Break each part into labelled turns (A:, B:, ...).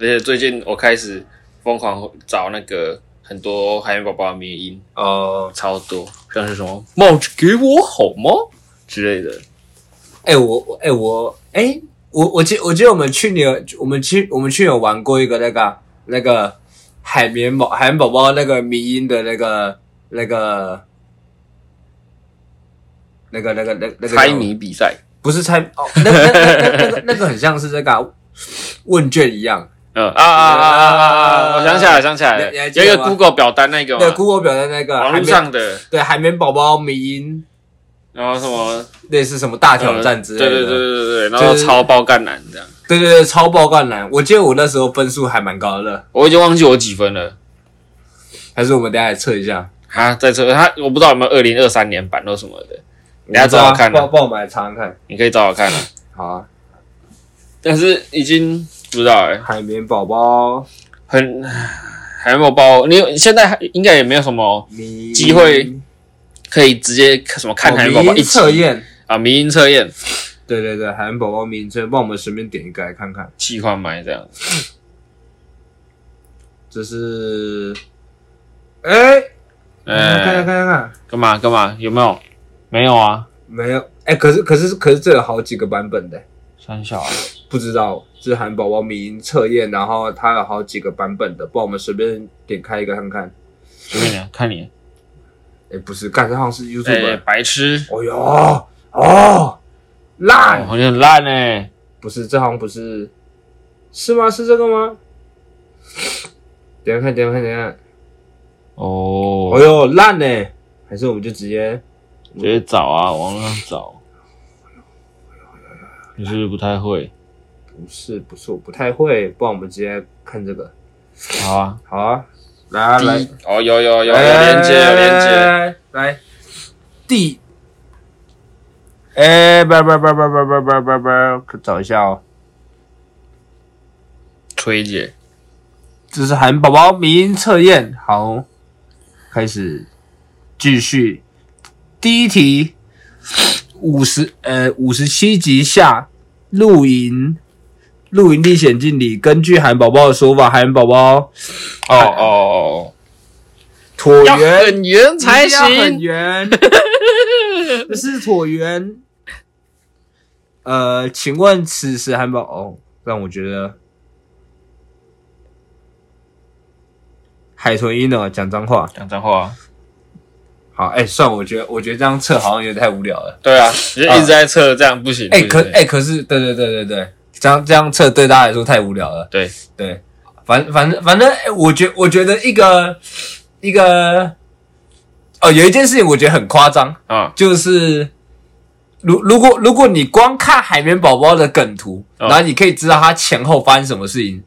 A: 而且最近我开始疯狂找那个很多海绵宝宝的迷音，
B: 哦，
A: 超多，像是什么“帽子给我好吗”之类的。
B: 哎、我我哎、我哎、我我记我记得我们去年有我们去我们去年有玩过一个那个啊那个海绵宝海绵宝宝那个迷音的那个那个那个那个那个那个叫
A: 猜谜比赛，
B: 不是猜哦，那那那那那个那个很像是这个啊、问卷一样，
A: 嗯啊啊啊啊啊！我想起来了，想起来了，
B: 你你还记
A: 有
B: 得
A: 一
B: 吗
A: 个 Google 表单那个
B: 对
A: 嘛，
B: ，Google 表的那个
A: 网
B: 海
A: 络
B: 绵
A: 上的，
B: 对海绵宝宝迷音，
A: 然后什么
B: 类似什么大挑战之类的，
A: 嗯对对对对对对，然
B: 就
A: 后
B: 是
A: 超爆干男这样。
B: 对对对，超爆灌篮！我记得我那时候分数还蛮高的，
A: 我已经忘记我几分了
B: 还是我们等一下来测一下。
A: 啊，在这他我不知道有没有二零二三年版或什么的，
B: 你
A: 等一下找我看啊
B: 帮帮我们来尝尝看。
A: 你可以找我看啊。
B: 好啊，
A: 但是已经不知道哎、
B: 海绵宝宝，
A: 很海绵宝宝，你有现在还应该也没有什么
B: 你
A: 机会可以直接看什么看海绵宝宝
B: 哦
A: 一
B: 迷因
A: 起
B: 测验。
A: 啊，迷因测验
B: 对对对，海绵宝宝名称，帮我们随便点一个来看看。
A: 计划买这样，
B: 这是，哎、看看看
A: 哎，
B: 看看，
A: 干嘛干嘛？有没有？没有啊，
B: 没有，哎、可是可是可是这有好几个版本的，
A: 三小啊，
B: 不知道。这是海绵宝宝迷因测验，然后它有好几个版本的，帮我们随便点开一个看看。
A: 随便你，啊看你，
B: 哎、不是，干，这好像是 YouTube
A: 哎，白痴，
B: 哦哟，哦，烂，
A: 哦好像很烂哎，
B: 不是，这好像不是，是吗？是这个吗？等一下看，等一下看，等一下看，哦
A: 哦，
B: 哟，烂呢、还是我们就直接，
A: 直接找啊，网络上找，你是不是不太会？
B: 不是，不是，我不太会，不然我们直接看这个，
A: 好啊，
B: 好啊，来啊
A: 第
B: 来，哎
A: 一哦，有有有有
B: 来
A: 连接有连接，
B: 来，来，第，哎，不不不不不不不不，找一下哦，
A: 崔姐，
B: 这是韩宝宝迷音测验。好，开始，继续。第一题，五十呃五十七集下露营露营历险记里，根据韩宝宝的说法，韩宝宝
A: 哦
B: 哎
A: 哦哦
B: 椭
A: 哦，要
B: 圆
A: 很圆才
B: 一定要很
A: 行。
B: 圆。这是椭圆。呃，请问此时韩宝哦，让我觉得海豚音呢讲脏话。
A: 讲脏话、啊。
B: 好，哎、算了，我觉得我觉得这样测好像有点太无聊了。
A: 对啊，你就一直在测，这样不行。不
B: 哎、
A: 行
B: 可哎、可是对对对对对，这样这样测对大家来说太无聊了。
A: 对，
B: 对，反反正反正，哎我觉我觉得一个一个哦，有一件事情我觉得很夸张，
A: 啊
B: 就是如如果如果你光看海绵宝宝的梗图，
A: 嗯
B: 然后你可以知道它前后发生什么事情，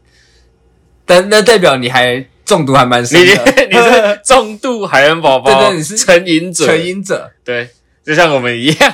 B: 但那代表你还中毒还蛮
A: 你
B: 深
A: 你
B: 的。
A: 你 是重度海绵宝宝，
B: 对对你是
A: 成瘾者，
B: 成瘾者，
A: 对，就像我们一样。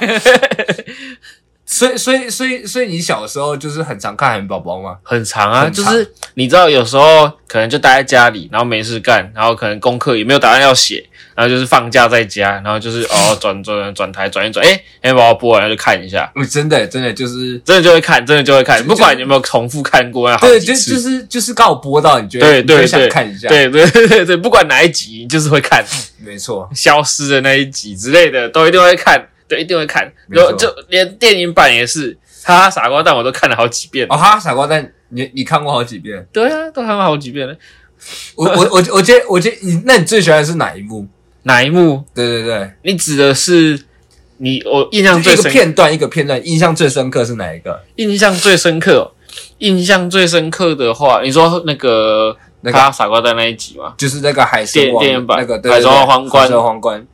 B: 所以所以所以所以你小时候就是很常看海绵宝宝吗？
A: 很长啊，
B: 很
A: 就
B: 长
A: 是你知道，有时候可能就待在家里，然后没事干，然后可能功课也没有打算要写，然后就是放假在家，然后就是 哦转转转台转一转，哎、哎把我播完了就看一下，
B: 我嗯真的真的就是。
A: 真的就会看，真的就会看，
B: 就
A: 不管你有没有重复看过，好
B: 对，
A: 几
B: 就
A: 次
B: 就是就是刚好播到，你觉得
A: 对
B: 你就
A: 对
B: 想
A: 对，
B: 看一下，，
A: 对对 对对对，不管哪一集，你就是会 看
B: 没错，
A: 消失的那一集之类的，都一定会看，对，一定会看，
B: 没错
A: 就就连电影版也是，哈哈傻瓜蛋我都看了好几遍，
B: 哦，哈哈傻瓜蛋，你你看过好几遍，
A: 对啊，都看了好几遍了，
B: 我我我我觉得我觉得你，那你最喜欢的是哪一幕？
A: 哪一幕？
B: 对对对，
A: 你指的是你我印象最
B: 一个
A: 深，
B: 片段一个片段，印象最深刻是哪一个？
A: 印象最深刻哦、印象最深刻的话，你说那个
B: 那个
A: 他傻瓜蛋那一集吗？
B: 就是那个海神王
A: 电电影版
B: 那个对
A: 海
B: 对
A: 神
B: 对
A: 王皇冠
B: 海神王皇冠，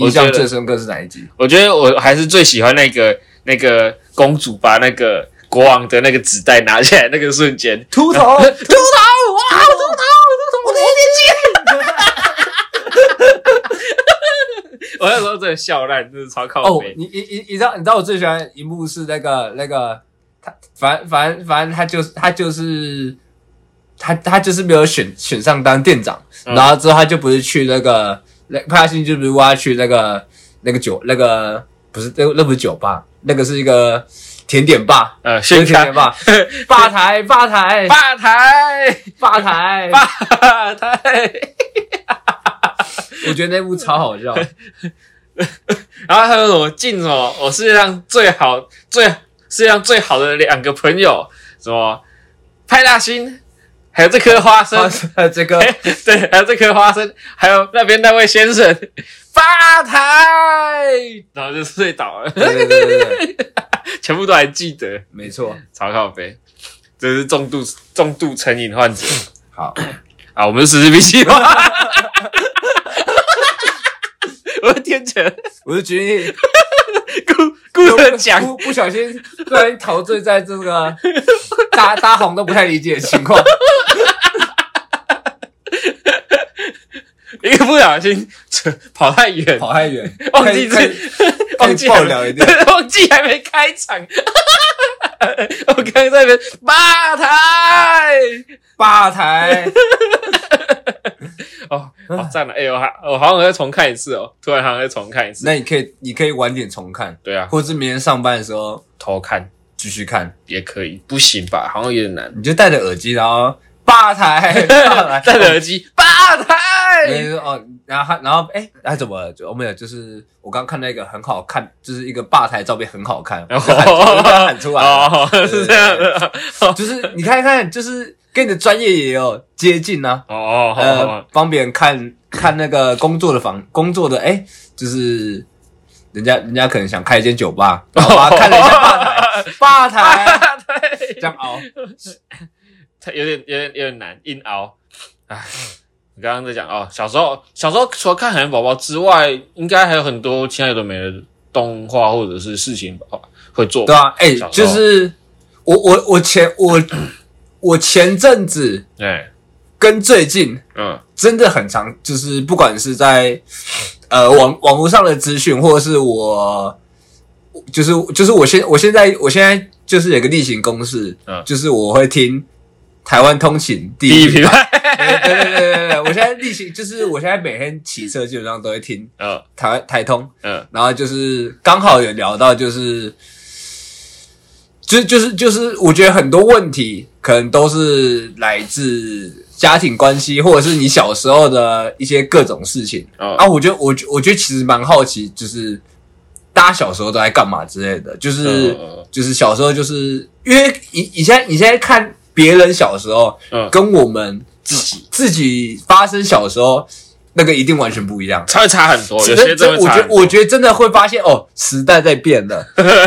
A: 我
B: 印
A: 觉得
B: 象最深刻是哪一集？
A: 我觉得我还是最喜欢那个那个公主把那个国王的那个纸袋拿下来那个瞬间，
B: 秃头，秃头，哇，秃 头，秃头，我的
A: 我那时候真的笑烂，真的超靠
B: 哦
A: 背，。
B: 你你你你知道你知道我最喜欢的一幕是那个那个他反反正反正他就是他就是他他就是没有选选上当店长，
A: 嗯
B: 然后之后他就不是去那个那派大星就不是挖去那个那个酒那个不是那那不是酒吧，那个是一个甜点吧，
A: 呃，
B: 不是
A: 先
B: 甜
A: 看
B: 点吧，吧台吧台
A: 吧台，
B: 吧台，
A: 吧台，
B: 我觉得那部超好笑，
A: 然后还有什么敬什么？我世界上最好最世界上最好的两个朋友，什么派大星，还有这颗花生，
B: 这个
A: 哎对，还有这颗花生，还有那边那位先生，吧台，然后就睡倒了，
B: 对对对对对，
A: 全部都还记得，
B: 没错。
A: 超靠背，这是重度重度成瘾患者
B: 好，
A: 啊！我们是史诗 B 计划，我的天成，
B: 我是决定
A: 顾 顾着讲，
B: 不不小心不小心陶醉在这个大大红都不太理解的情况，
A: 一个不小心扯跑太远，
B: 跑太远，
A: 忘记
B: 开
A: 是 忘记
B: 爆
A: 还没
B: 料一点，
A: 忘记还没开场。 我刚刚在那边吧台
B: 吧台，
A: 哦，
B: 啊
A: 好赞了！哎、我还我好像再重看一次哦，突然好像再重看一次。
B: 那你可以你可以晚点重看，
A: 对啊，
B: 或者是明天上班的时候
A: 偷看
B: 继续看，
A: 也可以，不行吧？好像有点难。
B: 你就戴着耳机，然后吧台，吧台
A: 戴 着耳机吧台，
B: 没哦，然后他然后哎，他怎么了？就我没有，就是我刚看到一个很好看，就是一个吧台照片很好看， 然后喊出来了，
A: 哦，是这样的哦
B: 就是你看一看，就是跟你的专业也有接近啊，
A: 哦
B: 呃
A: 哦，
B: 帮别人看看那个工作的房，工作的哎、就是人家人家可能想开一间酒吧，然后把他看了一下吧台， 吧台
A: 吧台，
B: 这样
A: 哦
B: 熬，
A: 他有点有点有点难硬熬。唉，你刚刚在讲哦，小时候小时候除了看海绵宝宝之外，应该还有很多其他有的没的动画或者是事情吧会做
B: 对
A: 吧。
B: 啊，哎、
A: 小时候
B: 就是我我我前我我前阵子
A: 对，
B: 跟最近
A: 哎嗯，
B: 真的很常，就是不管是在呃网网络上的资讯，或者是我就是就是我现我现在我现在就是有个例行公事，
A: 嗯
B: 就是我会听台湾通勤第
A: 第
B: 一
A: 一品牌，
B: 对对对对对对，我现在例行就是我现在每天骑车基本上都会听
A: 嗯
B: 台湾台通，
A: 嗯
B: 然后就是刚好有聊到就是，就就是就是我觉得很多问题可能都是来自家庭关系，或者是你小时候的一些各种事情。
A: 哦
B: 啊，我觉得我觉我觉得其实蛮好奇，就是大家小时候都在干嘛之类的，就是、
A: 嗯嗯
B: 就是小时候就是因为你你现在你现在看别人小时候，
A: 嗯，
B: 跟我们自己自己发生小时候那个一定完全不一样。
A: 差会差很多，哦有些
B: 真
A: 真
B: 真，
A: 的
B: 我
A: 会差
B: 觉得
A: 很多。
B: 我觉得真的会发现哦，时代在变了，真的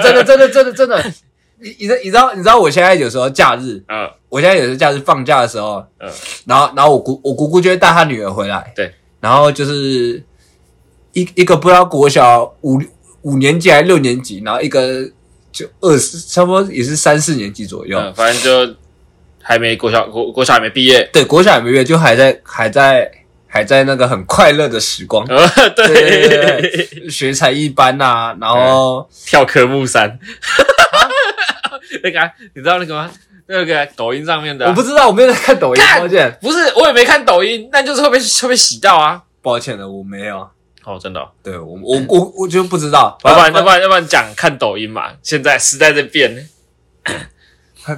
B: 真的真的真的真的。你你知你知道你知道我现在有时候假日，
A: 嗯
B: 我现在有时候假日放假的时候，
A: 嗯
B: 然后然后我姑我姑姑就会带她女儿回来，
A: 对，
B: 然后就是一一个不知道国小五五年级还是六年级，然后一个就二十差不多也是三四年级左右，
A: 嗯，反正就还没国小国国小还没毕业。
B: 对，国小还没月就还在还在还在那个很快乐的时光，
A: 呃，
B: 对对 对
A: 对，
B: 对 对，学才艺班呐、然后
A: 跳科目三， 那个啊你知道那个吗？那个抖音上面的啊，
B: 我不知道，我没有在看抖音，
A: 干
B: 抱歉，
A: 不是，我也没看抖音，但就是会被会被洗到啊。
B: 抱歉了，我没有，
A: 哦，真的、哦，
B: 对我我我我就不知道，
A: 要不然要不
B: 然
A: 然要不然讲看抖音嘛，现在时代在变，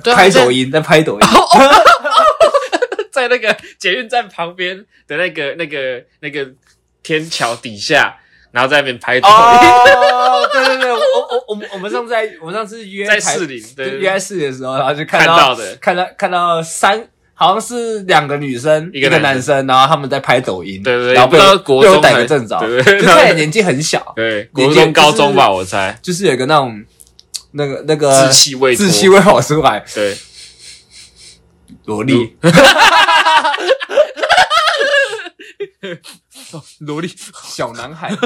A: 对啊
B: 拍
A: 这
B: 抖音在哦拍抖音，
A: 在那个捷运站旁边的那个那个那个天桥底下，然后在那边拍抖音，
B: 哦，对对对，我我我我们上次在我们上次约
A: 在
B: 台
A: 市里
B: 就
A: 对对
B: 约
A: 对
B: 在市里的时候，然后就看
A: 看
B: 到
A: 到的，
B: 看到看到三。好像是两个女生，
A: 一
B: 一
A: 个
B: 个
A: 男
B: 男生，然后他们在拍抖音，
A: 对对对
B: 然后被
A: 不知
B: 我
A: 道国
B: 被我
A: 中
B: 逮
A: 还
B: 个正着，
A: 对对
B: 就看起来年纪很小，
A: 对，
B: 你
A: 国
B: 就
A: 中
B: 是
A: 高中吧，我猜
B: 就是有一个那种那个那个
A: 稚呃气未脱
B: 自欺未跑出来，
A: 对，
B: 萝莉，
A: 萝莉
B: 小男孩。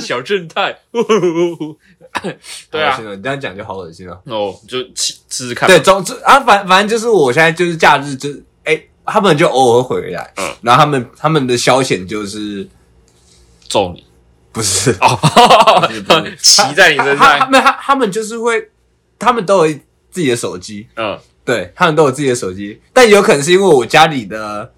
A: 小正太， 对
B: 好恶
A: 啊
B: 心，哦，你这样讲就好恶心哦。
A: 哦，就试试试看吧，
B: 对，总之啊，反反正就是我现在就是假日就哎、他们就偶尔会回来，
A: 嗯
B: 然后他们他们的消遣就是
A: 揍你
B: 不是
A: 哦
B: 是不是，
A: 骑在你
B: 他
A: 身
B: 他他
A: 上，
B: 们他他们就是会，他们都有自己的手机，
A: 嗯，
B: 对他们都有自己的手机，但有可能是因为我家里的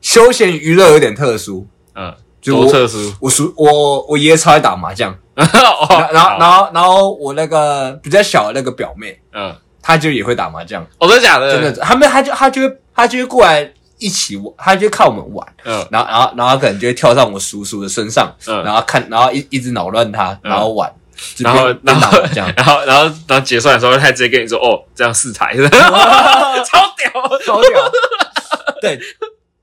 B: 休闲娱乐有点特殊，
A: 嗯，就
B: 就我
A: 特 殊。
B: 我叔我我爷爷超爱打麻将，
A: 哦
B: 然后
A: 好
B: 然后然后我那个比较小的那个表妹，
A: 嗯，哦
B: 她就也会打麻将，
A: 我真的假的？
B: 真的，他们她就她就会她就会过来一起玩，她就会看我们玩，
A: 嗯
B: 然后然后然后可能就会跳上我叔叔的身上，
A: 嗯
B: 然后看然后一一直扰乱他，然后玩，就
A: 然后
B: 边
A: 然
B: 边打
A: 后，
B: 麻将
A: 然后然后然后结算的时候，他直接跟你说：“哦，这样四 台，超屌。
B: 超屌， 对，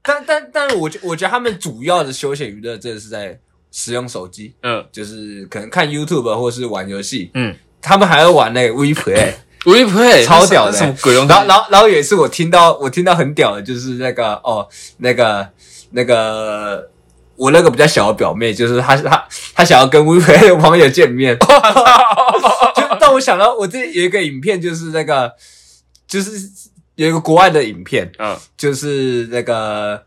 B: 但但但是我觉我觉得他们主要的休闲娱乐真的是在使用手机，”
A: 嗯
B: 就是可能看 YouTube 或是玩游戏，
A: 嗯
B: 他们还会玩那个 WePlay。
A: ，We Play
B: 超屌的
A: 什么鬼东西
B: 然？后，然后，然后有一次我听到，我听到很屌的，就是那个哦，那个那个我那个比较小的表妹，就是她她她想要跟 微微的网友见面，就但我想到我这有一个影片，就是那个就是有一个国外的影片，
A: 嗯
B: 就是那个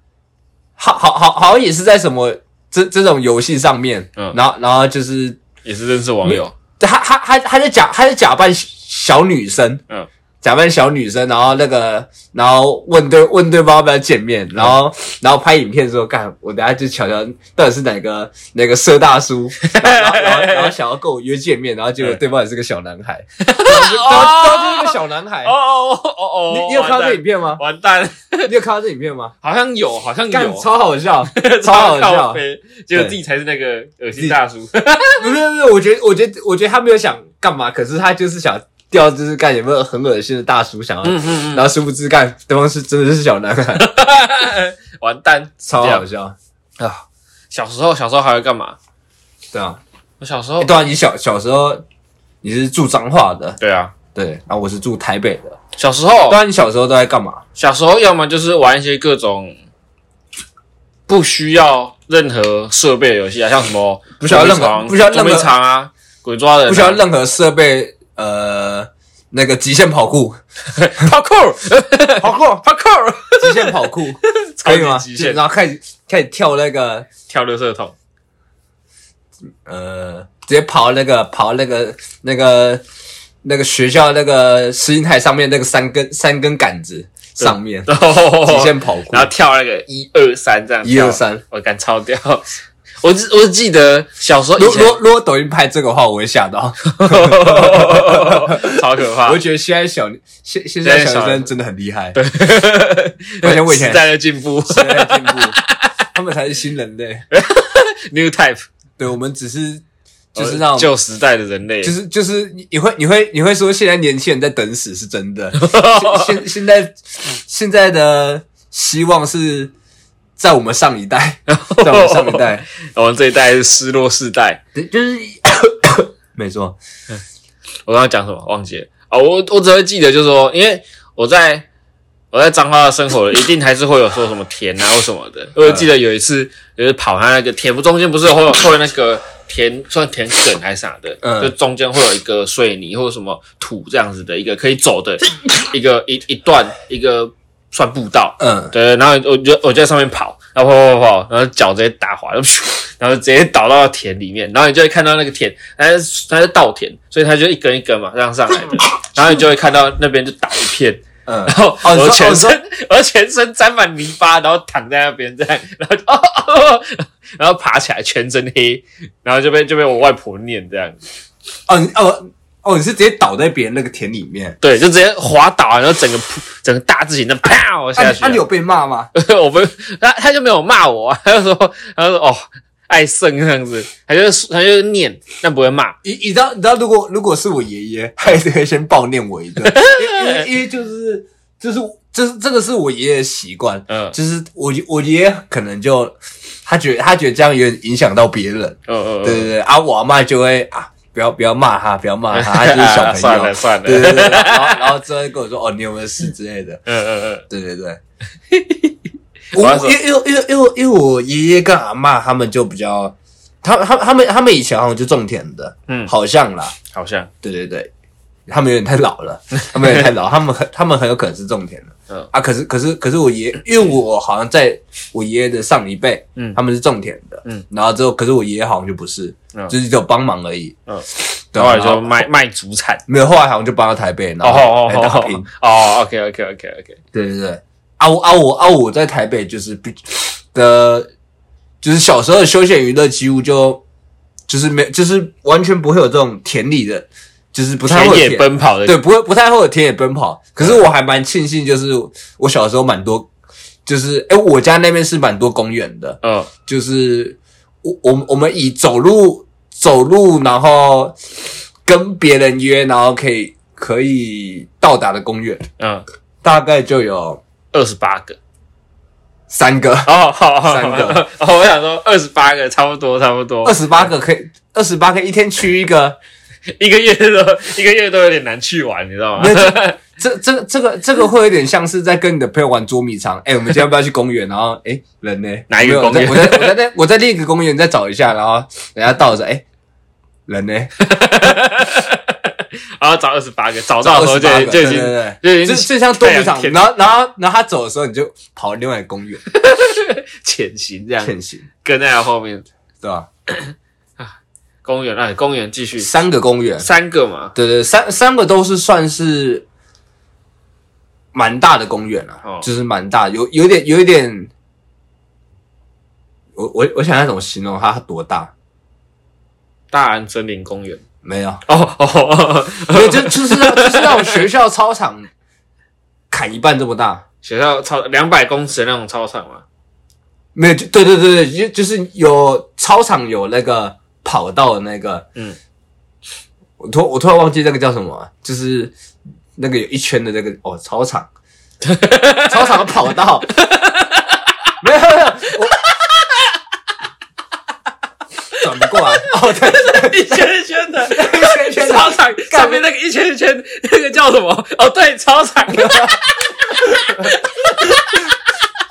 B: 好好好好像也是在什么这这种游戏上面，
A: 嗯
B: 然后然后就是
A: 也是认识网友，
B: 他他他他就假他就假扮小女生，
A: 嗯，
B: 假扮小女生，然后那个然后问对问对方要不要见面，然后、
A: 嗯
B: 然后拍影片的时候，干我等下就瞧瞧到底是哪个哪个色大叔，然后然后然后想要跟我约见面，然后结果
A: 嗯
B: 对方也是个小男孩， 对方就是一个小男孩
A: 哦。哦哦哦哦！
B: 你你有看到这影片吗？
A: 完蛋？完蛋，
B: 你有看到这影片吗？
A: 好像有，好像
B: 干
A: 有，
B: 超好笑， 超好
A: 靠
B: 笑。
A: 背，结果自己才是那个恶心大叔。
B: 不是不是，我觉得我觉得我觉得他没有想干嘛，可是他就是想钓，就是干有没有很恶心的大叔想要
A: 嗯嗯
B: 然后殊不知干对方是真的是小男孩，
A: 嗯， 完蛋，
B: 超
A: 这样
B: 好笑啊！
A: 小时候，小时候还会干嘛？
B: 对啊，
A: 我小时候
B: 欸、，对啊，你小小时候你是住彰化的，
A: 对啊，
B: 对，然后我是住台北的。
A: 小时候
B: 对，啊，你小时候都在干嘛？
A: 小时候要么就是玩一些各种不需要任何设备的游戏啊，像什么
B: 不需要任何
A: 捉迷藏
B: 不需要任何
A: 捉迷藏啊，鬼抓人啊，
B: 不需要任何设备，呃，那个极限跑酷，
A: 跑酷，
B: 跑酷，
A: 跑酷，
B: 极限跑酷，可以吗？
A: 极限
B: 然后开始开始跳那个
A: 跳垃圾桶，
B: 呃，直接跑那个跑那个那个那个学校那个石英台上面那个三根三根杆子上面，
A: 然后
B: 极限跑酷
A: 哦然，后跳那个一二三这样，
B: 一二，三。
A: 我敢超掉。我只我记得小时候
B: 如
A: 以
B: 果
A: 前
B: 如果如果抖音拍这个的话，我会吓到，
A: 超可怕
B: 我会，觉得现在小现现在小学生真的很厉害， 而且我以 前
A: 时代的进步
B: 现在进步，他们才是新人类，
A: ，new type，
B: 对我们只是就是那种。
A: 旧时代的人类，
B: 哦就是就是你你会你会你会说现在年轻人在等死是真的，现现现在现在的希望是在我们上一代，在我们上一代，
A: 我们这一代是失落世代。
B: 对就是没错，
A: 我刚刚讲什么忘记了啊、我我只会记得就是说，因为我在我在彰化的生活，一定还是会有说什么田啊或什么的。我有记得有一次，就是跑他那个田，中间不是会有会有那个田算田埂还是啥的，
B: 嗯
A: 就中间会有一个水泥或者什么土这样子的一个可以走的一个一一段一个算步道。
B: 嗯，
A: 对，然后我就我就在上面跑，然后跑跑跑，跑然后脚直接打滑， 然后然后直接倒到田里面，然后你就会看到那个田，它是它是稻田，所以它就一根一根嘛这样上来的，然后你就会看到那边就倒一片，
B: 嗯，
A: 然后
B: 哦你
A: 我
B: 说哦
A: 全
B: 你说
A: 身、我全身沾满泥巴，然后躺在那边这样，然后就哦哦哦，然后爬起来全身黑，然后就被就被我外婆念这样，
B: 哦你哦哦，你是直接倒在别人那个田里面，
A: 对，就直接滑倒，然后整个扑整个大字形的啪我
B: 那
A: 下
B: 你
A: 去啊了。
B: 啊那你有被 骂吗？
A: 我不他他就没有骂我 啊，他就说他就说哦爱胜这样子，他就他就念，但不会骂。
B: 你你知道你知道，如果如果是我爷爷， 他一定会先暴念我 一顿，因为因为因为就是就是这是这个是我爷爷的习惯，
A: 嗯
B: 就是我我爷爷可能就他觉得他觉得这样有点影响到别人，
A: 嗯嗯，
B: 对 对对，啊，我阿妈就会啊，不要不要骂他，不要骂 他，他啊就是小朋友，
A: 啊算了算了，
B: 对对对，然后然后之后会跟我说哦，你有没有事之类的，
A: 嗯嗯嗯，
B: 对对 对。
A: 我
B: 我
A: 要说
B: 因为因为因为因为因为我爷爷跟阿嬷他们就比较，他他他们他们以前好像就种田的，
A: 嗯
B: 好像啦，
A: 好像
B: 对对对，他们有点太老了， 他们有点太老，他们很他们很有可能是种田的。
A: 嗯
B: 啊，可是可是可是我爷，因为我好像在我爷爷的上一辈，
A: 嗯
B: 他们是种田的，
A: 嗯，
B: 然后之后可是我爷爷好像就不是，
A: 嗯
B: 就是只有帮忙而已，
A: 嗯，
B: 对啊
A: 然后就
B: 然后
A: 卖卖主产。
B: 没有，后来好像就搬到台北，然
A: 哦
B: 后
A: 哦
B: 来打
A: 哦
B: 拼，
A: 哦，OK OK OK OK，
B: 对对对，啊我啊我啊我在台北就是比的就是小时候的休闲娱乐几乎就就是没，就是完全不会有这种田里的，就是不太会
A: 田
B: 有
A: 野奔跑的，
B: 对，不会不太会有田野奔跑。可是我还蛮庆幸，就是我小时候蛮多，就是哎、我家那边是蛮多公园的，
A: 嗯，
B: 就是我我们我们以走路走路，然后跟别人约，然后可以可以到达的公园，
A: 嗯，
B: 大概就有
A: 二十八个，
B: 三个，
A: 哦，好，好
B: 三个，
A: 好哦，我想说二十八个，差不多，差不多
B: 二，十八个可以，二十八个一天去一 个，
A: 一个月都 一个月都有点难去玩，你知道吗？
B: 那这这这个这个会有点像是在跟你的朋友玩捉迷藏。哎、我们今天要不要去公园？然后哎、人呢？
A: 哪一个公园
B: 我在我在我在我在另一个公园再找一下，然后人家到了说，哎、人呢？
A: 然后找二十八个，找到的时候
B: 28
A: 就
B: 个
A: 就已经
B: 对对
A: 就
B: 对，
A: 已
B: 就
A: 经
B: 就像捉迷藏
A: 太阳。天
B: 然后然后然后他走的时候，你就跑另外一个公园
A: 潜行这样，
B: 潜行，
A: 跟在他后面
B: 对吧？
A: 公园，哎，公园继续
B: 三个公园，
A: 三个嘛，
B: 对对，三三个都是算是蛮大的公园了、啊
A: 哦
B: 就是蛮大，有有一点有一点，我我我想要怎么形容它它多大？
A: 大安森林公园，
B: 没有，
A: 哦哦哦，
B: 没有就就是就是那种学校操场砍一半这么大，
A: 学校操两百公尺的那种操场 嘛，
B: 没有，就对对对对，就就是有操场有那个跑道的那个，
A: 嗯，
B: 我突我突然忘记那个叫什么，啊就是那个有一圈的那个哦操场，操场的跑道，没有没有，没有我转不过来，哦对，
A: 一圈一圈的。
B: 一圈一圈的
A: 操场上面那个一圈一圈那个叫什么？哦，对，操 场。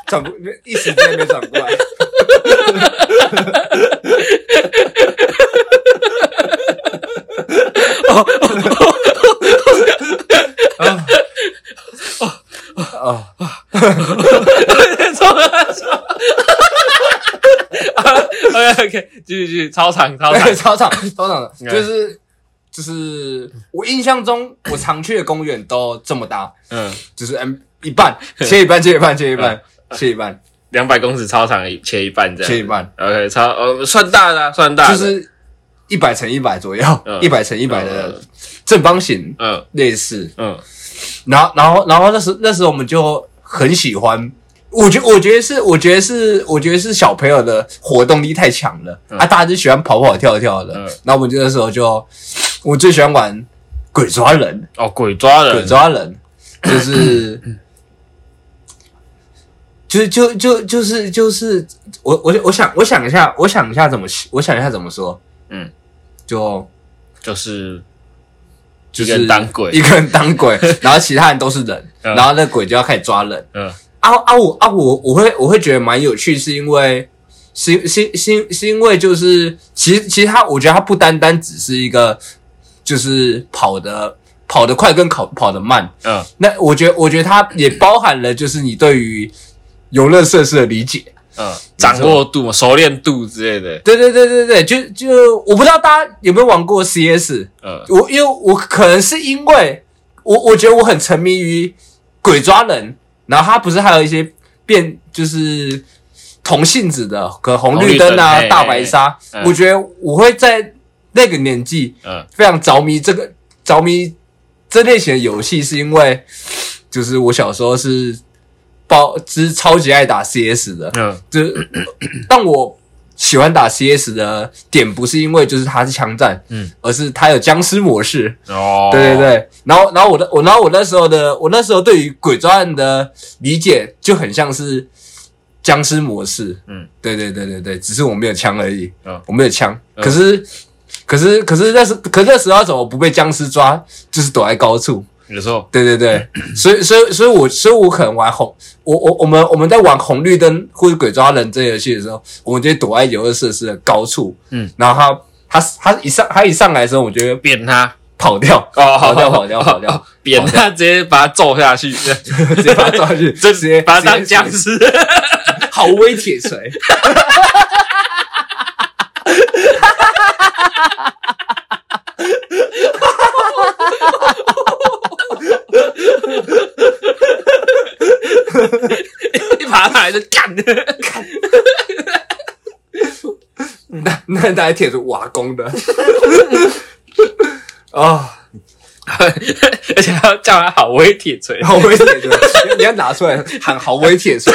B: 转不一时间没转过来。哦哦哦！
A: 操场。OK OK，继续继续，操场操场
B: 对，。操场，操场的，
A: 嗯
B: 就是就是我印象中我常去的公园都这么大，
A: 嗯，
B: 就是嗯 一半切一半切一半切一半切一半
A: 两百公尺操场切一半这
B: 切一
A: 样。
B: 半，
A: OK，超呃算大的啊，算大的。
B: 就是一百乘一百左右，
A: 嗯
B: 一百乘一百
A: 嗯
B: 的正方形
A: 嗯
B: 类似，
A: 嗯
B: 然后，然后，然后那时那时候我们就很喜欢，我觉我觉得是，我觉得是，我觉得是小朋友的活动力太强了，啊，大家就喜欢跑跑跳跳的。
A: 嗯
B: 然后我们就那时候就，我最喜欢玩鬼抓人，
A: 哦，鬼抓
B: 鬼
A: 人。
B: 抓人就是。就就就就是就是我我我想我想一下我想一下怎么我想一下怎么说
A: 嗯，
B: 就
A: 就是
B: 就
A: 一
B: 是
A: 个人当鬼
B: 一个人当鬼，然后其他人都是人，
A: 嗯
B: 然后那鬼就要开始抓人，
A: 嗯
B: 啊啊我啊我我会我会觉得蛮有趣，是因为是是是是因为就是其实其实他我觉得他不单单只是一个就是跑的跑得快跟跑跑得慢，
A: 嗯
B: 那我觉得我觉得它也包含了就是你对于游乐设施的理解。
A: 嗯，掌握度嘛，熟练度之类的。
B: 对对对对对，就就我不知道大家有没有玩过 CS，
A: 嗯
B: 我因为我可能是因为我我觉得我很沉迷于鬼抓人，然后他不是还有一些变就是同性质的，可能红绿灯啊、
A: 红绿灯
B: 大白鲨，
A: 嘿嗯嘿嘿
B: 我觉得我会在那个年纪
A: 嗯
B: 非常着迷这个着迷这类型的游戏，是因为就是我小时候是爆之超级爱打 CS 的，
A: 嗯
B: 就是但我喜欢打 CS 的点不是因为就是它是枪战，
A: 嗯，
B: 而是它有僵尸模式，
A: 哦，
B: 对对，对。然后然后我的我然后我那时候的我那时候对于鬼抓人的理解就很像是僵尸模式，
A: 嗯，
B: 对对对对对，只是我没有枪而已，
A: 嗯
B: 我没有枪，
A: 嗯
B: 可是。可是，可是那时，可是那时候要怎么不被僵尸抓？就是躲在高处，
A: 有时候
B: 对 对对，所以所以所以我所以我可能玩红，我我我们我们在玩红绿灯或者鬼抓人这游戏的时候，我们就躲在游乐设施的高处，
A: 嗯，
B: 然后他他他一上他一上来的时候，我就会
A: 扁他。
B: 跑掉，
A: 哦，
B: 跑掉跑掉跑掉，
A: 扁他直接把他揍下去，
B: 直接把他抓下 去，
A: 这
B: 直接
A: 把他当僵，尸。
B: 直接好威铁锤，
A: 一爬上来就干，
B: 那大家贴着瓦工的， 啊，
A: 而且还要叫他好威铁锤，
B: 好威铁锤，你要拿出来喊好威铁 锤。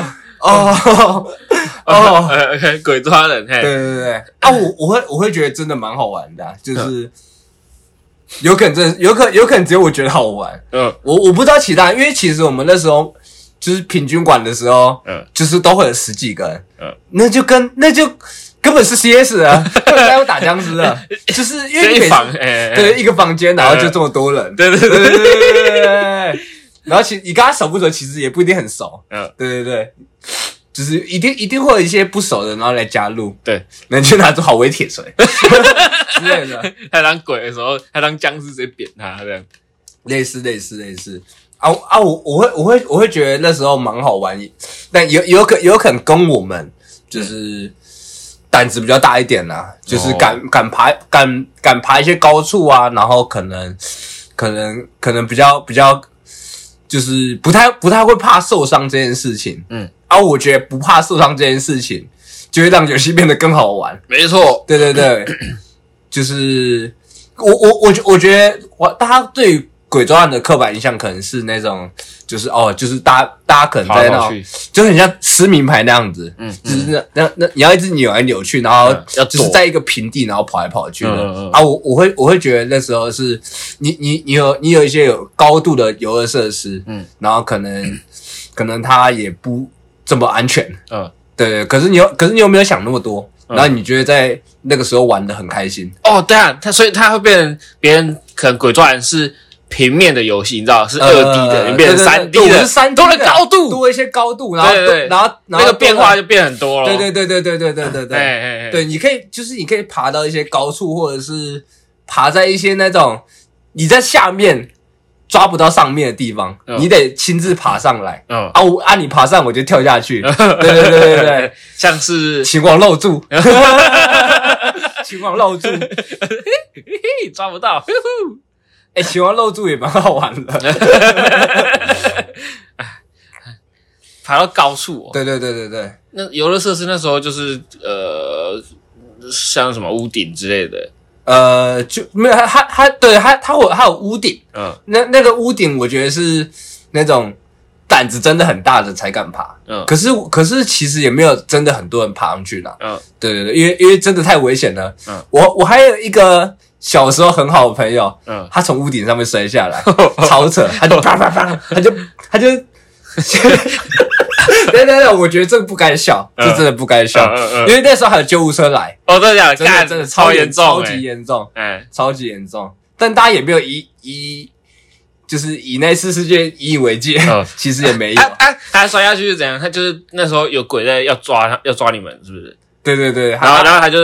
B: 哦哦
A: 哦
B: 哦，
A: ，OK，鬼呃抓人，嘿，
B: 对对对，啊，我我会我会觉得真的蛮好玩的啊、就是有可能真的有可有可能只有我觉得好玩，
A: 嗯
B: 我我不知道其他人，因为其实我们那时候就是平均管的时候，
A: 嗯，
B: 就是都会有十几个人，
A: 嗯
B: 那就跟那就根本是 CS 啊，根本在打僵尸啊，就是因为
A: 这
B: 你每
A: 一
B: 次
A: 房，哎，哎嗯
B: 对一个房间，然后就这么多人，
A: 对对
B: 对
A: 对，
B: 对对对对对，然后其实你跟他熟不熟，其实也不一定很熟，
A: 嗯，
B: 对对对，就是一定一定会有一些不熟的，然后来加入，
A: 对，
B: 那你就拿出好威铁锤之类的，
A: 还当鬼的时候，还当僵尸直接扁他这样，
B: 类似类似类似。啊我啊！我我会我会我会觉得那时候蛮好玩，但有有可有可能跟我们就是胆子比较大一点啦、就是敢、敢爬敢敢爬一些高处啊，然后可能可能可能比较比较就是不太不太会怕受伤这件事情。
A: 嗯，
B: 啊，我觉得不怕受伤这件事情，就会让游戏变得更好玩。
A: 没错，
B: 对对 对，就是我我我觉我觉得我大家对于鬼抓人的刻板印象可能是那种，就是哦，就是大家大家可能
A: 跑来
B: 在
A: 跑
B: 那种，
A: 去，
B: 就很像撕名牌那样子，
A: 嗯
B: 就是那那那你要一直扭来扭去，然后
A: 嗯要
B: 就是
A: 躲
B: 在一个平地，然后跑来跑去的、
A: 嗯嗯嗯
B: 啊。我我会我会觉得那时候是你你你有你有一些有高度的游乐设施，
A: 嗯，
B: 然后可能可能它也不这么安全，
A: 嗯，
B: 对对，可是你有，可是你有没有想那么多？
A: 嗯
B: 然后你觉得在那个时候玩的很开心，
A: 哦，对啊，他所以他会变成别人可能鬼抓人是平面的游戏，你知道是二 D 的，
B: 呃
A: 你变成三 D
B: 对对对我
A: 的，
B: 是三 D
A: 多了高度，
B: 多一些高度，然后
A: 对对对
B: 然后然
A: 那
B: 后
A: 个变化
B: 就
A: 就变很多了。哦
B: 对对对对对对对对
A: 哎，
B: 对
A: 哎哎，
B: 对，你可以就是你可以爬到一些高处，或者是爬在一些那种你在下面抓不到上面的地方，
A: 嗯
B: 你得亲自爬上来
A: 嗯，
B: 啊！我啊，你爬上我就跳下 去，对对对对对，
A: 像是
B: 秦王 漏住，秦王漏住。
A: 嘿抓不到，
B: 哎、欸，喜欢露住也蛮好玩的。
A: 爬到高处哦。
B: 对对对对对，
A: 那游乐设施那时候就是呃，像什么屋顶之类的，
B: 呃，就没有它它它对它它有它有屋顶，
A: 嗯
B: 那那个屋顶我觉得是那种胆子真的很大的才敢爬。
A: 嗯
B: 可是可是其实也没有真的很多人爬上去啦。
A: 嗯
B: 对对对，因为因为真的太危险了。
A: 嗯，
B: 我我还有一个小时候很好的朋友，
A: 嗯，
B: 他从屋顶上面摔 下来，超扯，他就啪啪啪，他就他就。 对对对，我觉得这个不该笑，这
A: 嗯
B: 真的不该笑。
A: 嗯嗯 嗯
B: 因为那时候还有救护车来，
A: 哦，真的假的？
B: 真的
A: 干
B: 真的
A: 超严重，
B: 超
A: 哎
B: 级严重，
A: 哎，
B: 超级严重。但大家也没有以以就是以那次事件引以为戒
A: 嗯，
B: 其实也没有
A: 啊。啊！他摔下去是怎样？他就是那时候有鬼在要抓他，要抓你们是不是？
B: 对对对，
A: 然后
B: 他
A: 然后他就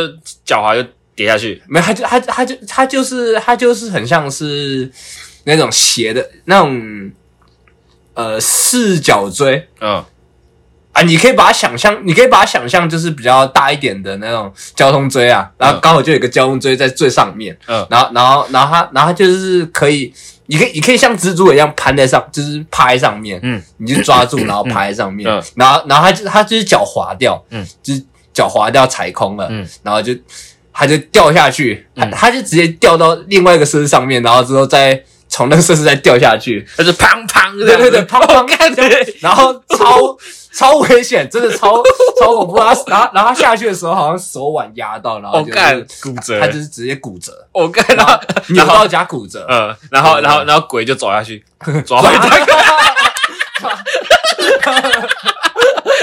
A: 脚滑就跌下去，
B: 没有他就他他就他就是他就是很像是那种斜的那种呃四角锥
A: 嗯
B: 啊，你可以把它想象，你可以把它想象就是比较大一点的那种交通锥啊，然后
A: 嗯
B: 刚好就有一个交通锥在最上面，
A: 嗯
B: 然后然后然后它然后它就是可以，你可以你可以像蜘蛛一样攀在上，就是趴在上面，
A: 嗯，
B: 你就抓住然后趴在上面，
A: 嗯
B: 然后然后它就它就是脚滑掉，
A: 嗯，
B: 就是脚滑掉踩空了，
A: 嗯，
B: 然后就它就掉下去，它
A: 嗯
B: 它就直接掉到另外一个设施上面，然后之后再从那个设施再掉下去，
A: 他就砰砰这
B: 对
A: 样子，
B: 对对，砰砰
A: 干对，
B: 然后 超超危险，真的超 超恐怖。他然后然后他下去的时候，好像手腕压到，然后
A: 我
B: 就是、
A: 哦干骨折
B: 他，就是直接骨折，
A: 我干，然
B: 然后
A: 后
B: 扭到加骨折，
A: 嗯，然后然后然后鬼就走下去，抓回他，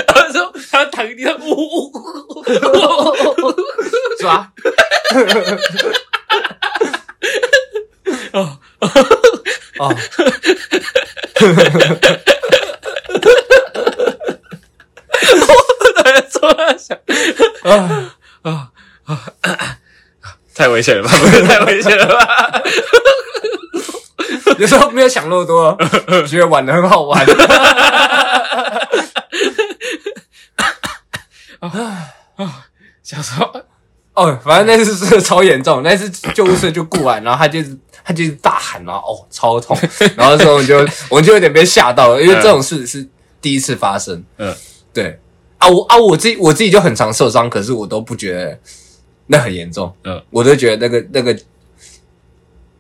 A: 然后说他躺地上，呜呜呜，
B: 是吧？
A: 哦
B: 哦，
A: 对，坐下想，
B: 啊
A: 太危险了吧，不是太危险了吧？
B: 有时候没有想那么多，觉得玩的很好玩。
A: 小时候，
B: 哦，反正那次是超严重，那次救护车就过来，然后他就是他就是大喊，然后哦超 痛，然后那时候我就我就有点被吓到了，因为这种事是第一次发生。
A: 嗯，
B: 对啊，我啊我自己我自己就很常受伤，可是我都不觉得那很严重，
A: 嗯，
B: 我都觉得那个那个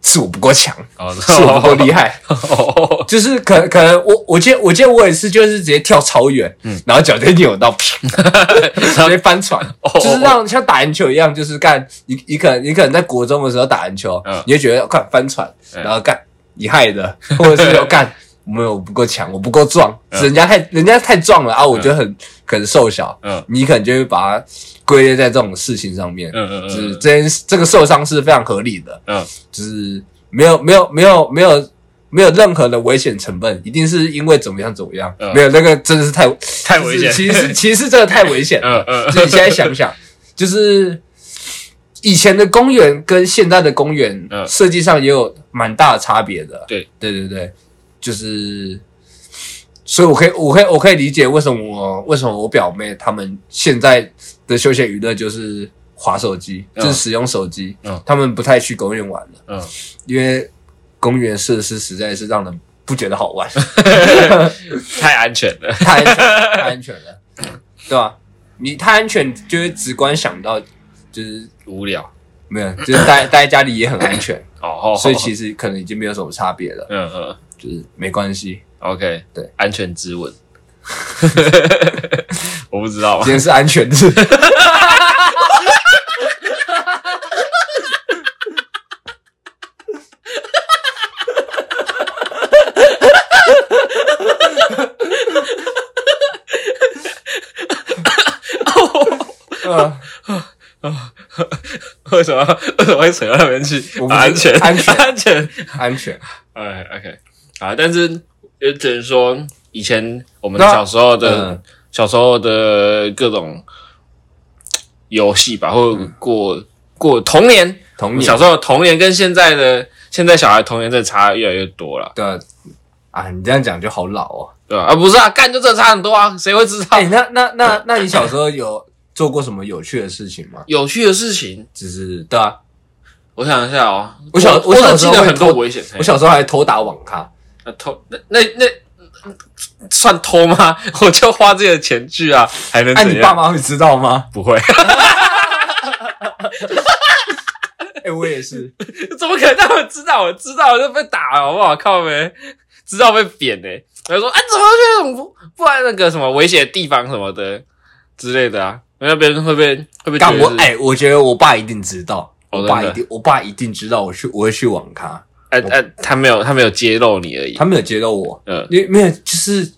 B: 是我不够强，
A: 哦，
B: 是我不够厉害，
A: 哦，
B: 就是可可能我我记得我记得我也是就是直接跳超远，嗯，然后脚就扭到， 直接翻船，
A: 哦
B: 就是让像打篮球一样，就是干你你可能你可能在国中的时候打篮球，
A: 嗯
B: 你就觉得干翻船，
A: 嗯
B: 然后干你害的， 或者是说干我没有我不够强，我不够壮，
A: 嗯
B: 人家太人家太壮了啊，我觉得很可能瘦小，
A: 嗯
B: 你可能就会把它归类在这种事情上面，
A: 嗯嗯
B: 就是
A: 嗯
B: 这件事这个受伤是非常合理的，
A: 嗯，
B: 就是没有没有没有没有没有任何的危险成分，一定是因为怎么样怎么样，
A: 嗯
B: 没有那个真的是太
A: 太危险，
B: 其实其实真的太危险了。
A: 嗯 嗯，
B: 就你现在想想，就是以前的公园跟现在的公园
A: 嗯
B: 设计上也有蛮大的差别的。
A: 对
B: 对对对，就是，所以我可以我可以我可以理解为什么我为什么我表妹他们现在的休闲娱乐就是划手机，
A: 嗯
B: 就是使用手机，
A: 嗯
B: 他们不太去公园玩了，
A: 嗯，
B: 因为公园设施实在是让人不觉得好玩。
A: 太安全了，
B: 太安全，太安全了，对吧、你太安全，就会直观想到，就是
A: 无聊
B: 没有，就是待待在家里也很安全，
A: 哦，
B: 所以其
A: 实
B: 实可能已经没有什么差别了，
A: 嗯嗯
B: 就是没关系，
A: ，OK，
B: 对，
A: 安全之 吻，我不知道
B: 今，天是安全日。嗯，
A: 为什么为什么会扯到那边去
B: 我？不知
A: 安全
B: 安全
A: 安全，
B: 安全。
A: 哎，OK，啊，但是也只能说，以前我们
B: 那
A: 小时候的、
B: 嗯
A: 小时候的各种游戏吧，或者过、过童年，
B: 嗯童年
A: 小时候的童年跟现在的现在小孩童年真的差越来越多了，
B: 对啊，啊，你这样讲就好老哦。
A: 对吧？啊，不是啊，干就真的差很多啊，谁会知道、
B: 哎、那那那那你小时候有做过什么有趣的事情吗？
A: 有趣的事情？
B: 就是对啊，
A: 我想一下哦，
B: 我小
A: 我
B: 我小
A: 只
B: 时
A: 记
B: 候
A: 得
B: 会
A: 很多
B: 偷
A: 危险，
B: 我小时候还偷打网咖。
A: 啊偷那那那算偷吗？ 我就花自己的钱去啊，还能
B: 哎、
A: 怎样？
B: 你爸妈会知道 吗？
A: 不会。
B: 哎、我也 是，
A: 怎么可能让我知道？我知道我就被打了，好不好？靠呗，知道被扁呢、欸。他说：“啊，怎么去那种不不然那个什么危险的地方什么的之类的啊？那边会被会被
B: 但我哎、
A: 哎
B: 我觉得我爸一定知道，
A: 哦
B: 我爸
A: 真
B: 一
A: 的
B: 定，我爸一定知道我去，我会去网咖，
A: 哎哎，他没有他没有揭露你而已。
B: 他没有接到我，
A: 嗯
B: 因为没有，就是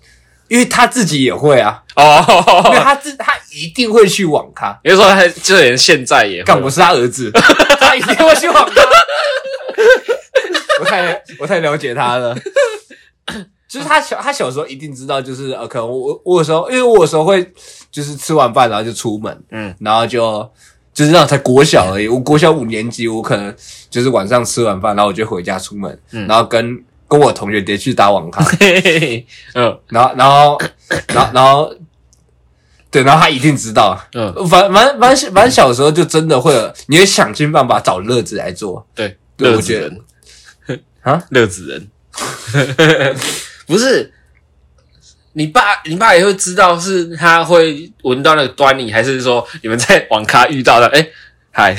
B: 因为他自己也会啊，因为
A: 哦，
B: 他自他一定会去网咖，
A: 你是说他就连现在也
B: 干我是他儿 子，他一定会去网咖，我太我太了解他了。就是他小，他小时候一定知道，就是呃，可能我我我有时候，因为我有时候会就是吃完饭然后就出门，
A: 嗯
B: 然后就就是那种才国小而已，我国小五年级，我可能就是晚上吃完饭，然后我就回家出门，
A: 嗯
B: 然后跟跟我同学直接去打网咖，
A: 嘿嘿嘿 嗯
B: 然后然后然后然后对，然后他一定知道，
A: 嗯
B: 反反反正反正小时候就真的会有，你会想尽办法找乐子来做，
A: 对，
B: 对
A: 乐
B: 我
A: 子
B: 觉得
A: 人
B: 啊，
A: 乐子人不是。”你爸，你爸也会知道是他会闻到那个端倪，还是说你们在网咖遇到的？ 哎、嗨，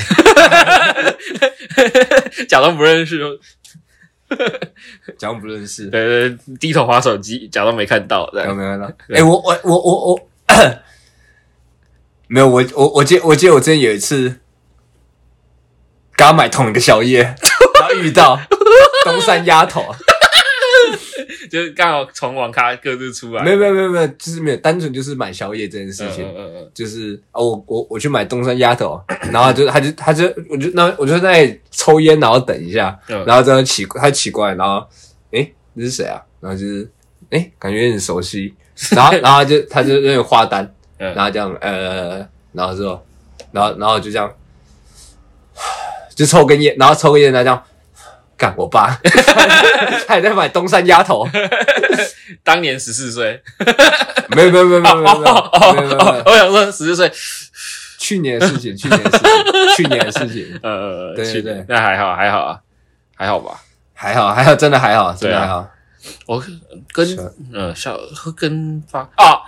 A: 假装不认识，
B: 假装不认识，
A: 呃，低头划手机，假装没看到。这
B: 有
A: 样
B: 没有呢？哎、我我我我我， 没有，我我我记我记得我之前有一次，跟他买同一个宵夜，然后遇到东山丫头，
A: 就是刚好从网咖各自出来。
B: 没有没有没有没有，就是没有，单纯就是买宵夜这件事
A: 嗯，
B: 情。
A: 嗯嗯嗯
B: 就是哦，我我我去买东山鸭头，然后就他就他就我就那我就在那里抽烟，然后等一下，
A: 嗯
B: 然后真的奇他奇怪，然后诶，这是谁啊？然后就是诶，感觉有点熟悉，然后然后他就他就那里画单，
A: 嗯
B: 然后这样呃，然后之后，然后然后就这样，就抽根烟，然后抽根烟，然后这样。干我爸， 他也在买东山鸭头，
A: 当年十四岁，
B: 没有没有没有没有没有没有
A: 哦
B: 没有没有没
A: 哦
B: 有，
A: 我想说十四岁，
B: 去年的事情，去年的事情，去年的事情，
A: 呃，
B: 对
A: 去
B: 对对
A: 那还好还好啊，还好吧。
B: 还好，还好，真的还好，真
A: 对
B: 的
A: 啊
B: 还好。
A: 我跟
B: 是
A: 呃小跟发啊，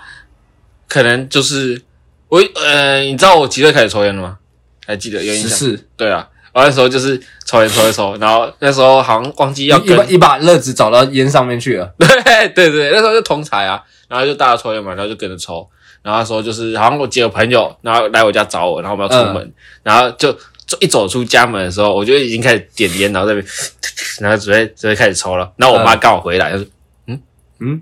A: 可能就是我呃，你知道我几岁开始抽烟了吗？还记得有印
B: 十
A: 象？
B: 四，
A: 对啊，我那时候就是抽烟抽一抽，然后那时候好像忘记
B: 你
A: 要
B: 一
A: 跟
B: 把一把乐子找到烟上面去了，
A: 对 对对，那时候就同台啊，然后就大家抽烟嘛，然后就跟着抽。然后那时候就是好像我几个朋友，然后来我家找我，然后我们要出门，
B: 嗯
A: 然后就走一走出家门的时候，我就已经开始点烟，然后在那边， 然后准备准备开始抽了。然后我妈刚好回来，她说：“嗯嗯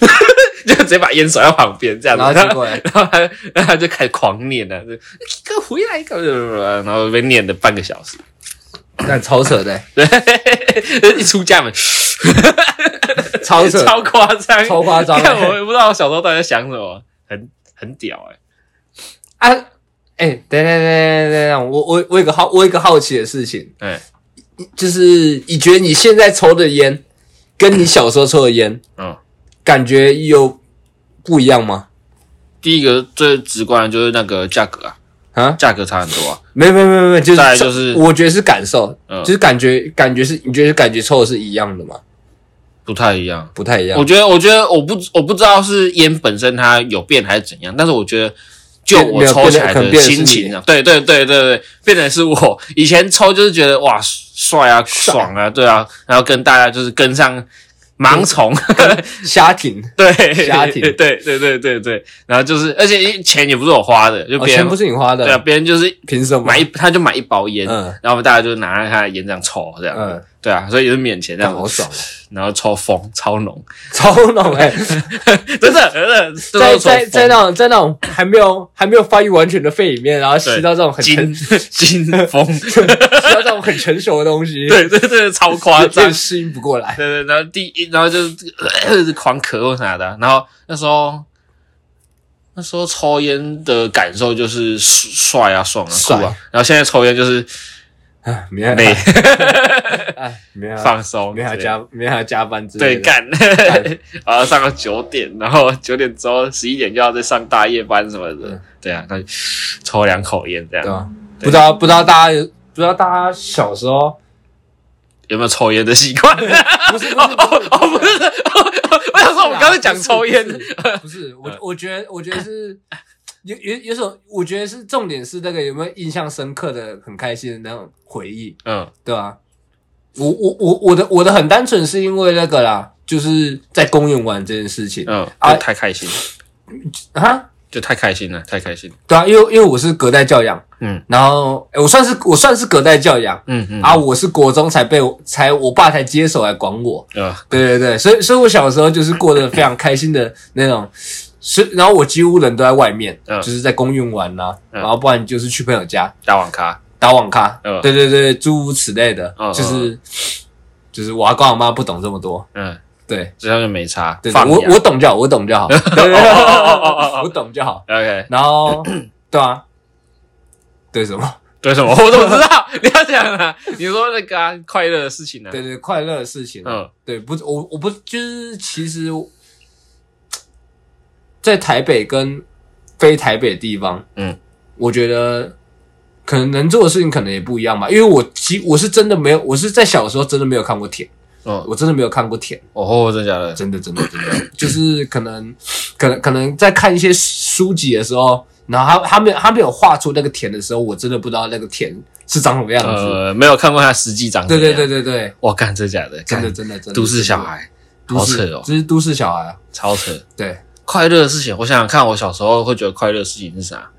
B: 嗯。”
A: 就直接把烟甩到旁边这样子，
B: 然后结 果嘞
A: 然后他，然后他就开始狂念啊了，就你给我回来，一个，然后被念了半个小时，
B: 那超扯的、欸
A: 对， 一出家门，
B: 超扯，
A: 哦啊超夸张，
B: 超夸张、
A: 看我
B: 欸。
A: 也不知道我小时候到底在想什么，很很屌哎、
B: 啊，哎、等等等等等等，我我我有个好，我有个好奇的事情，
A: 欸。哎、
B: 就是你觉得你现在抽的烟，跟你小时候抽的烟，
A: 嗯，
B: 感觉有不一样吗？
A: 第一个最直观的就是那个价格啊，
B: 啊，
A: 价格差很多啊。
B: 没有没有没有没有，就是
A: 再来就是
B: 我觉得是感受，
A: 嗯
B: 就是感觉感觉是你觉得感觉抽的是一样的吗？
A: 不太一样。
B: 不太一样
A: 我。觉得，我觉得我不我不知道是烟本身它有变还是怎样，但是我觉得。就
B: 变
A: 我抽起来的心
B: 没
A: 情啊
B: 有，
A: 对对对对对，变成是我以前抽就是觉得哇帅啊爽啊，对啊，然后跟大家就是跟上盲 从，
B: 虾挺，
A: 对
B: 家庭
A: 对对对对对，然后就是而且钱也不是我花的，就
B: 哦，
A: 别人
B: 钱不是你花
A: 对啊，
B: 的，
A: 别人就是
B: 凭什么？
A: 买一，他就买一包烟，
B: 嗯
A: 然后我们大家就拿他的烟这样抽，这样，
B: 嗯，
A: 对啊，所以也是免钱这样
B: 好，爽哦，
A: 然后抽风，超浓，
B: 超浓哎、
A: 真的真的，
B: 在
A: 都抽
B: 在
A: 风
B: 在那种在那种还没有还没有发育完全的肺里面，然后吸
A: 对
B: 到这种很成
A: 金金
B: 吸
A: 风，
B: 到这种很成熟的东西，
A: 对对对，超夸
B: 有
A: 张
B: 点，适应不过来。
A: 对对，然后第一，然后就是 狂咳嗽啥的，啊然后那时候。那时候抽烟的感受就是帅啊、爽啊、酷
B: 帅
A: 啊，然后现在抽烟就是
B: 唉啊明 天
A: 美
B: 哎，明天
A: 放松，
B: 明天还要
A: 对
B: 加明天还要加班之类
A: 对，
B: 的。
A: 干， 然后上到九点，然后九点之后十一点就要再上大夜班什么的
B: 嗯，
A: 对啊，那就抽两口烟这
B: 对
A: 样，
B: 啊吧？不知道不知道大家有不知道大家小 时候
A: 有没有抽烟的习 惯？
B: 不是不是不是
A: 哦，不是，哦我想说我们刚才讲抽烟嗯
B: 不，是不是我我觉得我觉得是。有有有种，我觉得是重点是那个有没有印象深刻的、很开心的那种回忆。
A: 嗯，
B: 对啊，我我我我的我的很单纯是因为那个啦，就是在公园玩这件事情
A: 嗯，
B: 啊
A: 就太开心，
B: 啊，
A: 就太开心了，太开心了，
B: 对啊，因为因为我是隔代教养，
A: 嗯，
B: 然后、诶我算是我算是隔代教养、
A: 嗯嗯，
B: 啊，我是国中才被我才我爸才接手来管我，
A: 呃，
B: 对对对，所以所以我小时候就是过得非常开心的那种。是，然后我几乎人都在外面，
A: 嗯
B: 就是在公园玩啦、
A: 嗯
B: 然后不然就是去朋友家
A: 打网咖，
B: 打网咖，
A: 嗯
B: 对对对，诸如此类的，
A: 嗯嗯
B: 就是就是我阿公阿妈不懂这么多，
A: 嗯，
B: 对，
A: 这样就没差
B: 对，，
A: 放
B: 我
A: 养
B: 我懂就好，我懂就好，对对对
A: 哦哦哦哦
B: 我懂就好。
A: ，OK，
B: 然后，对啊，对什么？
A: 对什么？我怎么知道？ 你要讲啊，你说那个啊快乐的事情呢？
B: 对对，快乐的事情。啊
A: 嗯
B: 对，不，我我不就是其实，在台北跟非台北的地方，
A: 嗯，
B: 我觉得可能能做的事情可能也不一样吧。因为我其我是真的没有，我是在小时候真的没有看过田，
A: 嗯，
B: 我真的没有看过田。
A: 哦，真的假的？
B: 真的真的真的，就是可能可能可能在看一些书籍的时候，然后他他没有他没有画出那个田的时候，我真的不知道那个田是长什么样子。
A: 呃，没有看过他实际长怎
B: 对
A: 样，
B: 对对对对，
A: 我干，真假的，
B: 真的
A: 干
B: 真的真的，
A: 都市小，孩，
B: 都
A: 好
B: 市
A: 扯哦，
B: 这是都市小孩啊。
A: 超扯。
B: 对，
A: 快乐的事情，我想想看，我小时候会觉得快乐的事情是啥？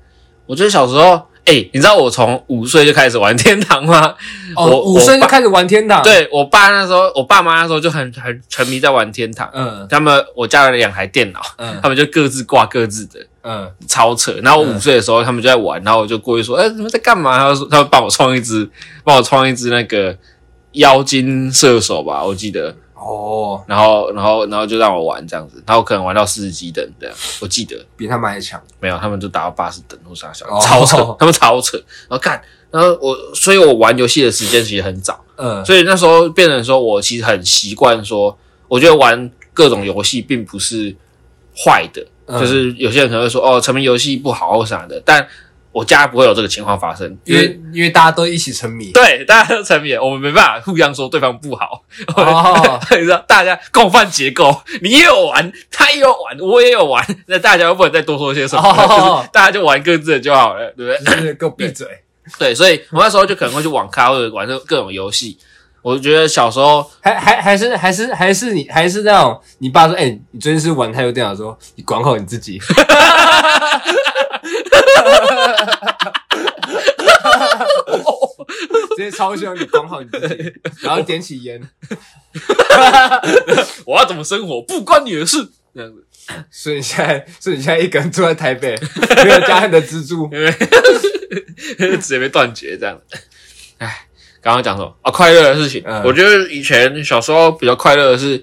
A: 我觉得小时候，哎、你知道我从五岁就开始玩天堂吗？
B: 哦，
A: 我
B: 五岁
A: 我
B: 就
A: 爸
B: 开始玩天堂。，
A: 对我爸那时候，我爸妈那时候就很很沉迷在玩天堂。
B: 嗯
A: 他们我家有两台电脑，
B: 嗯
A: 他们就各自挂各自的，
B: 嗯，
A: 超扯。然后我
B: 嗯
A: 五岁的时候，他们就在玩，然后我就过去说：“哎、你们在干嘛？”他就说：“他们帮我创一只，帮我创一只那个妖精射手吧，我记得。”
B: 哦，
A: 然后，然后，然后就让我玩这样子，然后可能玩到四十几等这样，我记得
B: 比他们还强。
A: 没有，他们就打到八十等或啥小，
B: 哦
A: 超扯，他们超扯。然后干，然后我，所以我玩游戏的时间其实很早，
B: 嗯，
A: 所以那时候变成说我其实很习惯说，我觉得玩各种游戏并不是坏的，
B: 嗯
A: 就是有些人可能会说哦，沉迷游戏不好或啥的，但我家不会有这个情况发生，
B: 因为因为大家都一起沉迷。
A: 对大家都沉迷，我们没办法互相说对方不好，
B: 哦，
A: 你知道大家共犯结构，你也有玩，他也有玩，我也有玩，那大家又不能再多说些什么，
B: 哦
A: 就是大家就玩各自的就好了，对不对？
B: 就是给我闭嘴。
A: 对，所以我那时候就可能会去网咖或者玩各种游戏。我觉得小时候
B: 还还还是还是还是你还是那种，你爸说，哎、你最近是玩太多电脑，说你管好你自 己。直接超凶，你管好你自己，然后点起烟，
A: 我要怎么生活不关你的事，这样子。
B: 所以你现在，所以你现在一个人住在台北， 没有家人的支柱，
A: 因为 直接被断绝这样。哎，刚刚讲什么啊？快乐的事情，
B: 嗯
A: 我觉得以前小时候比较快乐的是，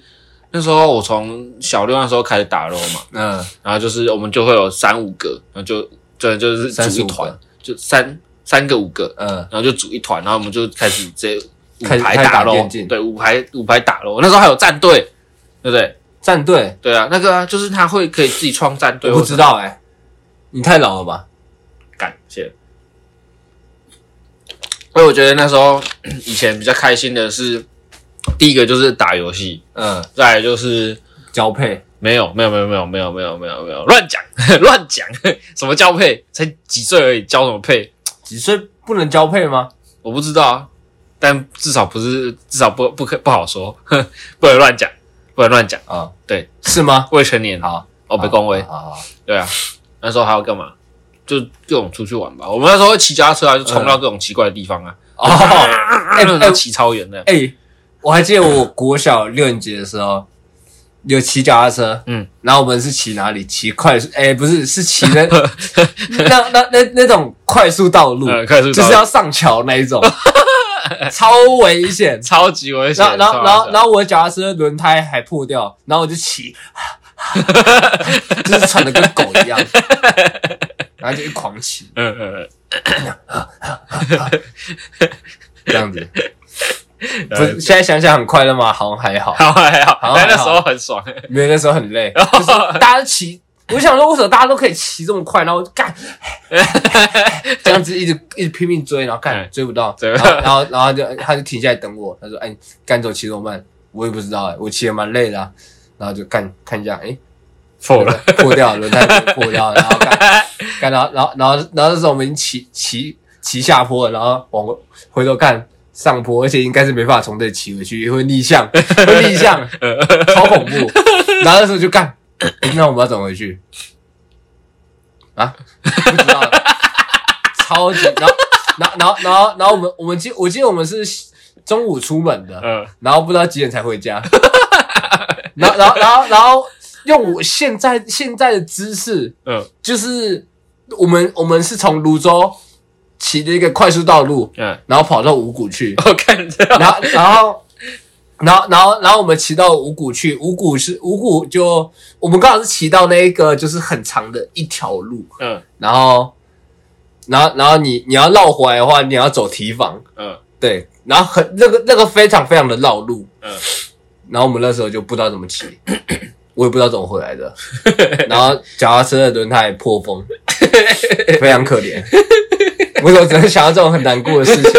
A: 那时候我从小六那时候开始打肉嘛，
B: 嗯，
A: 然后就是我们就会有三五个，然后就就就是组一
B: 35
A: 团
B: 个，
A: 就三三个五个，
B: 嗯，
A: 然后就组一团，然后我们就开始直接五
B: 开始
A: 排
B: 开始
A: 打
B: 打
A: 咯
B: 电，竞
A: 对，五排五排打咯。那时候还有战队，对不对？
B: 战队，
A: 对啊，那个啊，就是他会可以自己创战队，
B: 我不知道哎、你太老了吧？
A: 感谢。所以我觉得那时候 以前比较开心的是，第一个就是打游戏，
B: 嗯，
A: 再来就是
B: 交配，
A: 没有没有没有没有没有没有没有没有乱讲 乱讲，什么交配？才几岁而已，交什么配？
B: 几岁不能交配吗？
A: 我不知道啊，但至少不是，至少不不可不好说， 不能乱讲，不能乱讲。
B: 啊、
A: 对，
B: 是吗？
A: 未成年，
B: 好，
A: 哦，被恭维，
B: 好好好
A: 对啊。那时候还要干嘛？就各种出去玩吧。我们那时候会骑脚踏车啊，就冲到各种奇怪的地方啊，
B: 哦， 哎
A: 那种
B: 哎
A: 都骑超远的。
B: 哎、我还记得我国小六年级的时候有骑脚踏车，
A: 嗯，
B: 然后我们是骑哪里？骑快速，哎、不是，是骑 那那那那那种快速道路，
A: 呃，快速
B: 嗯就是
A: 道
B: 要
A: 路
B: 上桥那 一种，超危险。
A: 超级危险
B: 然。后，然后，然后，然
A: 后
B: 后我的脚踏车轮胎还破掉，然后我 就骑，就是喘的跟狗 一样，然后就一狂骑
A: 嗯嗯
B: 这样 子。
A: 嗯，
B: 不是，现在想想很快乐吗？好像还好，
A: 好还好，
B: 好
A: 但那
B: 还好
A: 时候很爽。
B: 没有那时候很 累。
A: 然后
B: 大家都骑，我想说为什么大家都可以骑这么快，然后我就 干这样子一直一直拼命追，然后干
A: 嗯
B: 追不到，
A: 追
B: 然
A: 不
B: 后
A: 到
B: 然后然后就他就停下来等我，他说：“哎，干走骑这么慢，我也不知道哎，我骑也蛮累的啊、然后就干看一下，哎，
A: 破
B: 那
A: 了，
B: 个破掉了轮胎破掉了，然后干干，然后然后然后然后那时候我们已经骑骑骑下坡了，然后往回回头看。上坡，而且应该是没办法从这里骑回去，因为会逆向，会逆向，超恐怖。然后那时候就干， 那我们要怎么回去？啊，不知道，超级。然后，然后，然后，然后，然后我们我们记，我记得我们是中午出门 的，
A: 嗯，
B: 然后不知道几点才回家。然后，然后，然后，然后用我现在现在的姿势，
A: 嗯
B: 就是我们我们是从泸州骑的一个快速道路，
A: 嗯，
B: 然后跑到五谷去，
A: 我看这样
B: 然后然后然后然后然后我们骑到五谷去，五谷是五谷就我们刚好是骑到那一个就是很长的一条路，
A: 嗯
B: 然后然后然后你你要绕回来的话，你要走提防，
A: 嗯
B: 对，然后很那个那个非常非常的绕路，
A: 嗯，
B: 然后我们那时候就不知道怎么 骑。我也不知道怎么回来的， 然后脚踏车的轮胎破风，非常可怜。我怎么只能想到这种很难过的事情？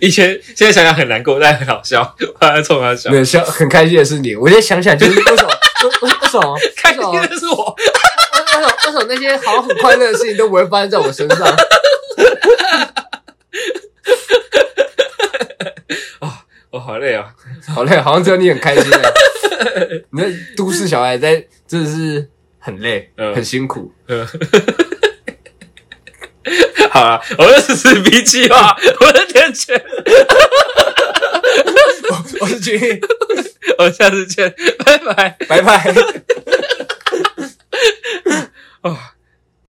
A: 以前现在想想很难过，但很好笑，我还在冲他笑
B: 没。有像很开心的事情。我现在想起来就是为什么，为为为什么，
A: 开
B: 为什么，为
A: 心的是我，
B: 什么，为什么那些好像很快乐的事情都不会发生在我身上？
A: 我好累啊！
B: 好累，好像只有你很开 心的。你那都市小孩在真的是很累，
A: 嗯
B: 很辛苦。
A: 嗯 好了，我就只是脾气化，我的天全，
B: 我是君毅，
A: 我下次见，拜拜。
B: 拜拜。
A: 啊，